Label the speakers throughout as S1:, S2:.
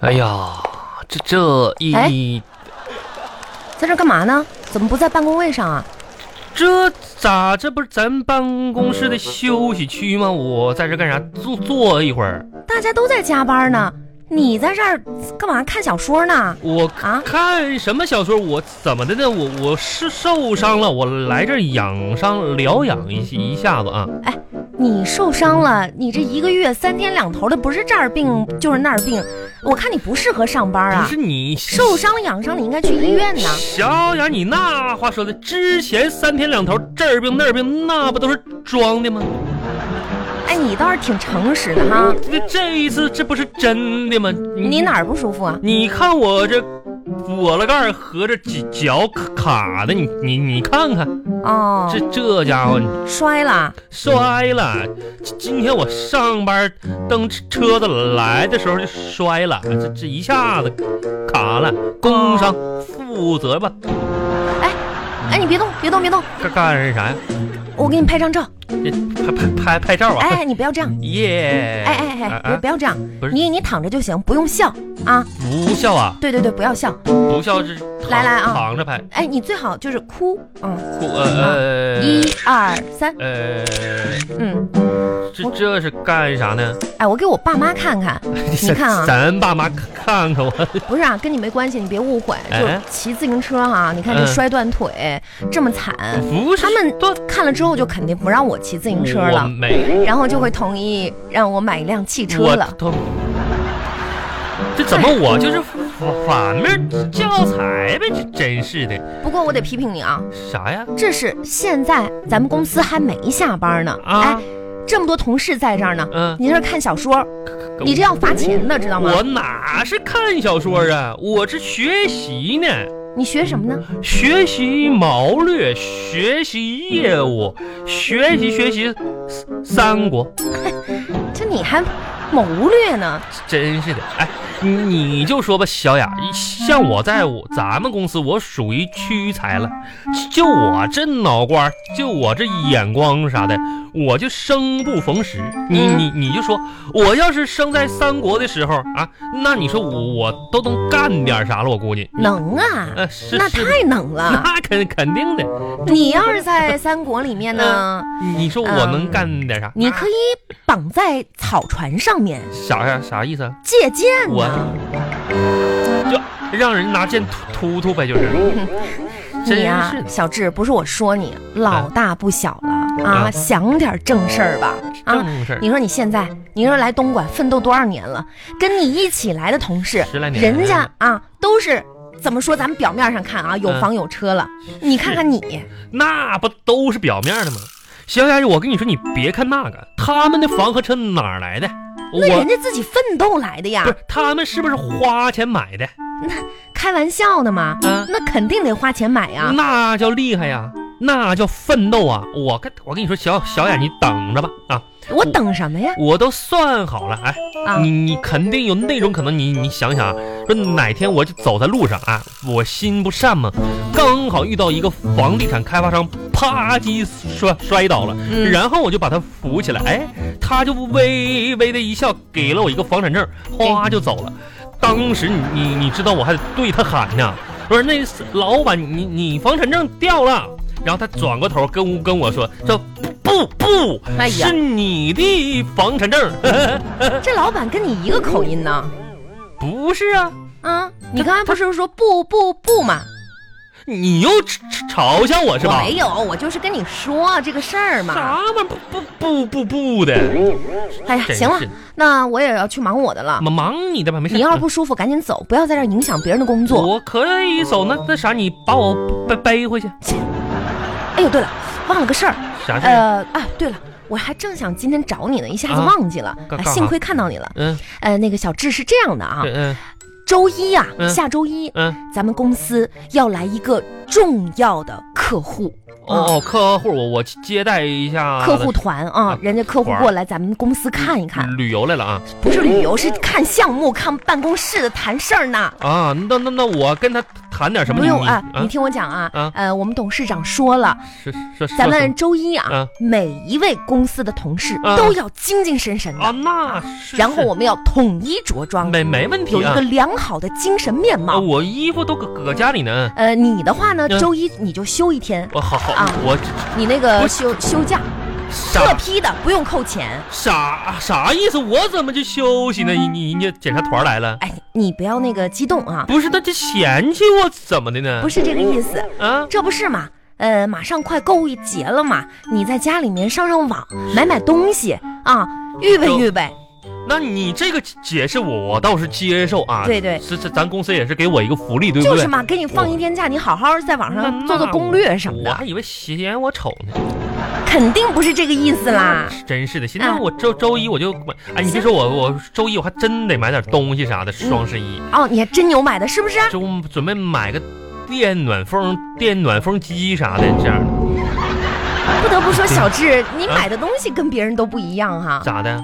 S1: 哎呀，这这
S2: 哎
S1: 一
S2: 在这儿干嘛呢？怎么不在办公位上啊？
S1: 这咋这不是咱办公室的休息区吗？我在这干啥？坐坐一会儿。
S2: 大家都在加班呢，你在这儿干嘛看小说呢？
S1: 我
S2: 啊
S1: 看什么小说？我怎么的呢？我我是受伤了，我来这儿养伤疗养一一下子啊。
S2: 你受伤了，你这一个月三天两头的，不是这儿病就是那儿病，我看你不适合上班
S1: 不
S2: 啊
S1: 是。你
S2: 受伤了养伤了，你应该去医院呐。
S1: 小雅，你那话说的，之前三天两头这儿病那儿病，那不都是装的吗？
S2: 哎，你倒是挺诚实的哈。
S1: 这这一次这不是真的吗？
S2: 你哪儿不舒服啊？
S1: 你看我这抹了盖儿和这脚卡的，你你你看看，
S2: 哦
S1: 这，这家伙
S2: 摔了。
S1: 摔了。今今天我上班蹬车子来的时候就摔了，这这一下子卡了，工伤负责吧。
S2: 哎，你别动，别动，别动，
S1: 干干啥呀？
S2: 我给你拍张照。
S1: 这拍拍拍拍照啊！
S2: 哎，你不要这样。
S1: 耶！
S2: 哎哎哎，
S1: 啊
S2: 别不要这样
S1: 不是，
S2: 你你躺着就行，不用笑啊。
S1: 不笑啊，
S2: 对对对，不要笑。
S1: 不笑是躺
S2: 来来啊
S1: 躺着拍，
S2: 哎，你最好就是哭，嗯，
S1: 哭呃
S2: 一二三，
S1: 呃呃，
S2: 嗯，
S1: 这这是干啥呢？
S2: 哎，我给我爸妈 看看，你看啊
S1: 咱爸妈看看我，
S2: 不是啊，跟你没关系，你别误会，
S1: 哎
S2: 就骑自行车啊，你看
S1: 嗯
S2: 这摔断腿这么惨，
S1: 不是
S2: 他们
S1: 都
S2: 看了之后就肯定不让我骑自行车
S1: 我
S2: 了，
S1: 没
S2: 然后就会同意让我买一辆汽车
S1: 我
S2: 了。
S1: 都这怎么我就是反面教材呗？这真是的，
S2: 不过我得批评你啊，
S1: 啥呀？
S2: 这是现在咱们公司还没下班呢，
S1: 啊
S2: 哎，这么多同事在这儿呢，
S1: 嗯
S2: 你这儿看小说，你这要罚钱的，知道吗
S1: 我？哪是看小说啊，我是学习呢，
S2: 你学什么呢？
S1: 学习谋略，学习业务，学习学习三国。
S2: 这你还谋略呢？
S1: 真是的，哎，你你就说吧，小雅，像我在我咱们公司，我属于屈才了，就我这脑瓜儿，就我这眼光啥的，我就生不逢时。你
S2: 嗯
S1: 你你就说，我要是生在三国的时候啊，那你说我我都能干点啥了？我估计，
S2: 能啊，
S1: 呃，是
S2: 那啊
S1: 是，
S2: 太能了。
S1: 那肯肯定的。
S2: 你要是在三国里面呢，
S1: 你说我能
S2: 嗯
S1: 干点啥？
S2: 你可以绑在草船上面
S1: 啥呀？啥意思啊？
S2: 借箭
S1: 我
S2: 呢。
S1: 就让人拿剑突突突呗，就是。真
S2: 你啊呀、
S1: 是的
S2: 小智，不是我说你，老大不小了啊，
S1: 嗯
S2: 想点正事儿吧啊！
S1: 正事儿。
S2: 你说你现在，你说来东莞奋斗多少年了？跟你一起来的同事，
S1: 十来年了
S2: 人家啊都是怎么说？咱们表面上看啊，有
S1: 嗯
S2: 房有车了，你看看你，
S1: 那不都是表面的吗？小雅，我跟你说，你别看那个，他们的房和车哪儿来的？
S2: 那
S1: 我
S2: 人家自己奋斗来的呀
S1: 不。是他们是不是花钱买的？
S2: 开玩笑呢吗？
S1: 啊
S2: 那肯定得花钱买啊呀。
S1: 那叫厉害呀，那叫奋斗啊！我跟我跟你说，小小雅，你等着吧啊！
S2: 我等什么呀？
S1: 我都算好了，哎，
S2: 啊
S1: 你你肯定有那种可能你，你想想啊，说哪天我就走在路上啊，我心不善嘛，刚好遇到一个房地产开发商，啪叽摔摔倒了，
S2: 嗯
S1: 然后我就把他扶起来，哎，他就微微的一笑，给了我一个房产证，哗
S2: 哎
S1: 就走了。当时你你你知道我还对他喊呢，我说那老板你你房产证掉了，然后他转过头跟我跟我说说不不不，
S2: 哎呀
S1: 是你的房产证，
S2: 啊这老板跟你一个口音呢。
S1: 不是啊，
S2: 啊，你刚才不是说不不不吗？
S1: 你又嘲嘲笑我是
S2: 我
S1: 吧？
S2: 没有，我就是跟你说这个事儿嘛。
S1: 啥玩意儿不不不不不的，
S2: 哎呀，
S1: 真
S2: 行了
S1: 是，
S2: 那我也要去忙我的了。
S1: 忙忙你的吧，没事。
S2: 你要是不舒服，赶紧走，不要在这儿影响别人的工作。
S1: 我可以走，
S2: 哦
S1: 那那啥，你把我背背回去，
S2: 哎呦，对了，忘了个事儿，
S1: 啥事儿？
S2: 呃，啊，对了。我还正想今天找你呢，一下子
S1: 啊
S2: 忘记了，
S1: 干干
S2: 哎
S1: 啥
S2: 幸亏看到你了。
S1: 嗯
S2: 呃，那个小智是这样的啊，
S1: 嗯
S2: 周一呀、
S1: 嗯
S2: 下周一，
S1: 嗯，
S2: 咱们公司要来一个重要的客户，嗯
S1: 哦哦，客户我我接待一下
S2: 啊客户团啊
S1: 啊，
S2: 人家客户过来咱们公司看一看，
S1: 旅游来了啊
S2: 不是旅游，是看项目、看办公室的谈事儿呢。
S1: 啊，那那那我跟他喊点什么？
S2: 不
S1: 你
S2: 用
S1: 你
S2: 啊，你听我讲啊，
S1: 啊
S2: 呃，我们董事长说了，
S1: 是是是
S2: 咱
S1: 什
S2: 们
S1: 么
S2: 周一啊，
S1: 啊
S2: 每一位公司的同事
S1: 啊
S2: 都要精精神神的，
S1: 啊，那是
S2: 然后
S1: 是
S2: 我们要统一着装，
S1: 没没问
S2: 有
S1: 题
S2: 一
S1: 啊
S2: 个，良好的精神面
S1: 啊
S2: 貌。
S1: 我衣服都搁搁家里呢，
S2: 呃，你的话呢，
S1: 嗯
S2: 周一你就休一天，
S1: 我好好
S2: 啊
S1: 我
S2: 你那
S1: 不是
S2: 个休休假特
S1: 傻
S2: 批的，不用扣钱。
S1: 傻啥意思？我怎么就休息呢？你你人家检查团来了，
S2: 哎，你不要那个激动啊，
S1: 不是他这嫌弃我怎么的呢？
S2: 不
S1: 是
S2: 是这个意思，
S1: 啊，
S2: 这不是嘛？呃，马上快购物节了嘛，你在家里面上上网，
S1: 嗯
S2: 买买东西啊，预备
S1: 就
S2: 预备。
S1: 那你这个解释我我倒是接受啊，
S2: 对对
S1: 是是咱公司也是给我一个福利，对不
S2: 就
S1: 对？
S2: 是嘛，给你放一天假，你好好在网
S1: 那
S2: 上做做
S1: 那
S2: 攻略什么
S1: 我
S2: 的，
S1: 还以为嫌我丑呢，
S2: 肯定不是这个意思啦。
S1: 真是的。现在
S2: 嗯
S1: 我周周一我就买，哎，你别说我我周一我还真得买点东西啥的，双十一
S2: 哦，你还真有买的，是不是？
S1: 就准备买个电暖风、电暖风机啥的，这样的嗯
S2: 不得不说，小智，你
S1: 啊
S2: 买的东西跟别人都不一样哈。
S1: 咋的？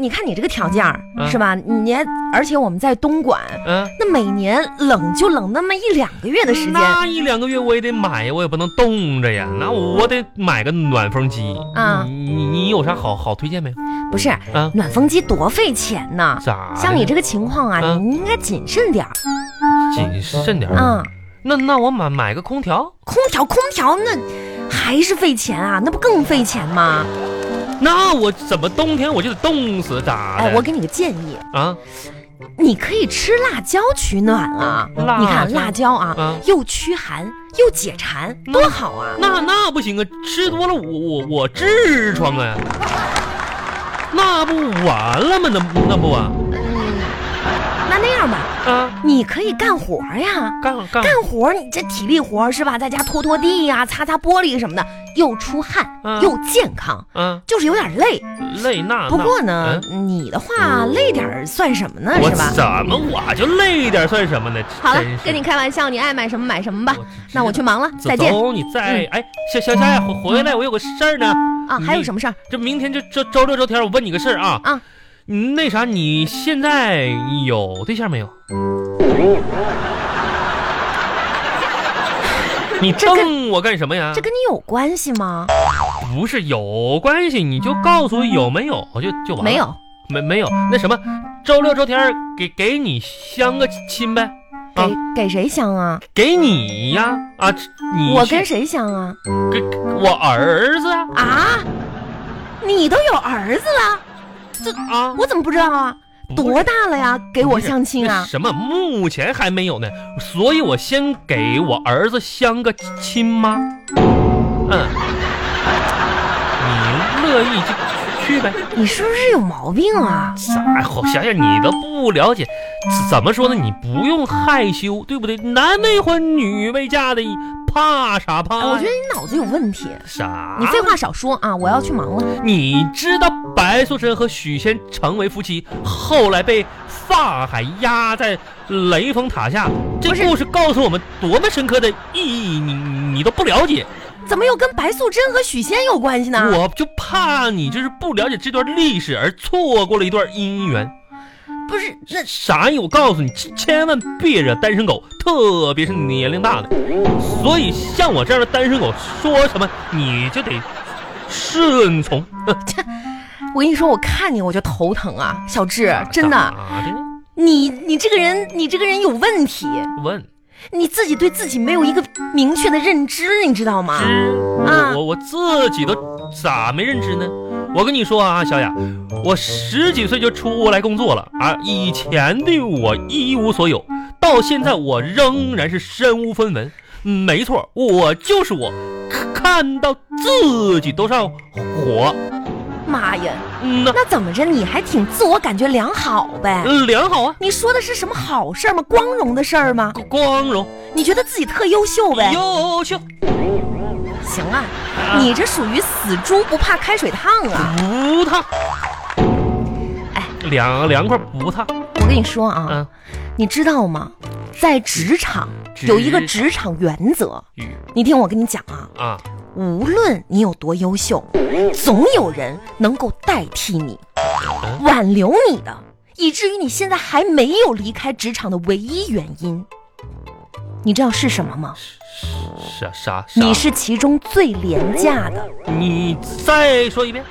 S2: 你看你这个条件儿
S1: 嗯
S2: 是吧？你还而且我们在东莞，
S1: 嗯、
S2: 那每年冷就冷那么一两个月的时间嗯
S1: 那一两个月我也得买呀，我也不能冻着呀，那我得买个暖风机
S2: 啊
S1: 你你你有啥好好推荐没？
S2: 不是
S1: 嗯
S2: 暖风机多费钱呢。
S1: 咋的？
S2: 像你这个情况啊，
S1: 嗯
S2: 你应该谨慎点儿
S1: 谨慎点儿
S2: 啊。
S1: 那那我买买个空调，
S2: 空调，空调那还是费钱啊，那不更费钱吗？
S1: 那我怎么冬天我就得冻死咋的？
S2: 哎，我给你个建议，
S1: 啊
S2: 你可以吃辣椒取暖啊！
S1: 辣椒
S2: 你看辣椒啊，
S1: 啊，
S2: 又驱寒又解馋，
S1: 嗯
S2: 多好啊！
S1: 那那不行啊，吃多了我我我痔疮啊，那不完了吗？那不那不啊
S2: 那那样吧，
S1: 啊，
S2: 你可以干活呀，
S1: 干干
S2: 干活你这体力活是吧？在家拖拖地呀、擦擦玻璃什么的，又出汗、
S1: 嗯
S2: 又健康，
S1: 啊，
S2: 就是有点累。
S1: 累那
S2: 不
S1: 那
S2: 过呢，
S1: 嗯
S2: 你的话累点儿算什么呢？
S1: 我
S2: 是吧？
S1: 怎么我就累一点算什么呢？
S2: 好了
S1: 真是，
S2: 跟你开玩笑，你爱买什么买什么吧。
S1: 我
S2: 那我去忙了，
S1: 走
S2: 再见嗯
S1: 走，你再哎，小小夏回回来，我有个事儿呢。
S2: 啊！还有
S1: 你
S2: 什么事儿？
S1: 这明天就周周六周天，我问你个事儿啊。
S2: 啊
S1: 嗯，那啥，你现在有对象没 有？你
S2: 这跟
S1: 瞪我干什么呀？
S2: 这跟你有关系吗？
S1: 不是有关系，你就告诉我有没有，就就完了。
S2: 没，有。
S1: 没没有。那什么，周六周天儿给给你相个亲呗，
S2: 给、
S1: 啊
S2: 给谁相啊？
S1: 给你呀啊，你
S2: 我
S1: 去
S2: 跟谁相啊？
S1: 给我儿子啊
S2: 啊，你都有儿子了，
S1: 啊，
S2: 我怎么不知道啊？
S1: 不是
S2: 多大了呀？给我相亲
S1: 那
S2: 啊？
S1: 什么？目前还没有呢，所以我先给我儿子相个亲吗？嗯，你乐意就去呗。
S2: 你是不是有毛病啊？
S1: 咋？好，想想你都不了解，怎怎么说呢？你不用害羞，对不对？男未婚，女未嫁的，怕啥怕
S2: 哎
S1: 呀？
S2: 我觉得你脑子有问题。
S1: 啊啥？
S2: 你废话少说啊！我要去忙了。
S1: 你知道白素贞和许仙成为夫妻，后来被法海压在雷峰塔下，这
S2: 不是
S1: 故事告诉我们多么深刻的意义，你你都不了解，
S2: 怎么又跟白素贞和许仙有关系呢？
S1: 我就怕你就是不了解这段历史而错过了一段姻缘。
S2: 不是那
S1: 啥意思？我告诉你，千千万别惹单身狗，特别是年龄大的。所以像我这样的单身狗，说什么你就得顺从。
S2: 我跟你说，我看你我就头疼啊，小智，真
S1: 咋
S2: 的，啊
S1: 的？
S2: 你你这个人，你这个人有问题，
S1: 问。
S2: 你自己对自己没有一个明确的认知，你知道吗？
S1: 知，
S2: 啊
S1: 我我我自己都咋没认知呢？我跟你说啊，小雅，我十几岁就出来工作了啊，以前的我一无所有，到现在我仍然是身无分文。嗯没错，我就是我，看看到自己都上火。
S2: 妈呀！
S1: 嗯呐，
S2: 那怎么着，你还挺自我感觉良好呗？
S1: 呃良好啊，
S2: 你说的是什么好事儿吗？光荣的事儿吗？
S1: 光光荣
S2: 你觉得自己特优秀呗？
S1: 优秀。
S2: 行啊，
S1: 啊
S2: 你这属于死猪不怕开水烫啊！
S1: 不烫，
S2: 哎，
S1: 凉凉快不烫。
S2: 我跟你说啊，
S1: 嗯，
S2: 你知道吗？在职场
S1: 职
S2: 有一个职场原则，
S1: 雨
S2: 你听我跟你讲啊，
S1: 啊，
S2: 无论你有多优秀，总有人能够代替你，
S1: 嗯
S2: 挽留你的，以至于你现在还没有离开职场的唯一原因。你知道是什么吗？
S1: 啥啥啥？
S2: 你是其中最廉价的。
S1: 你再说一遍？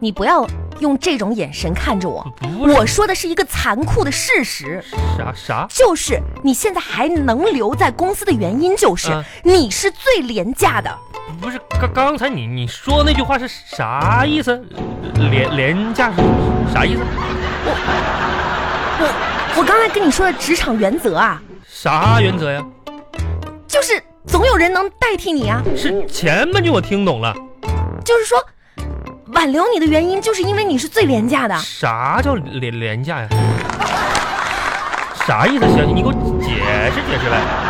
S2: 你不要用这种眼神看着我，
S1: 嗯不是
S2: 我说的是一个残酷的事实。
S1: 啥啥？
S2: 就是你现在还能留在公司的原因，就是、
S1: 嗯
S2: 你是最廉价的。
S1: 不是刚刚才你你说那句话是啥意思？廉廉价是啥意思？
S2: 我我刚才跟你说的职场原则啊，
S1: 啥原则呀？
S2: 就是总有人能代替你啊。
S1: 是前半句我听懂了，
S2: 就是说，挽留你的原因就是因为你是最廉价的。
S1: 啥叫廉廉价呀？啥意思？小姐，你给我解释解释呗。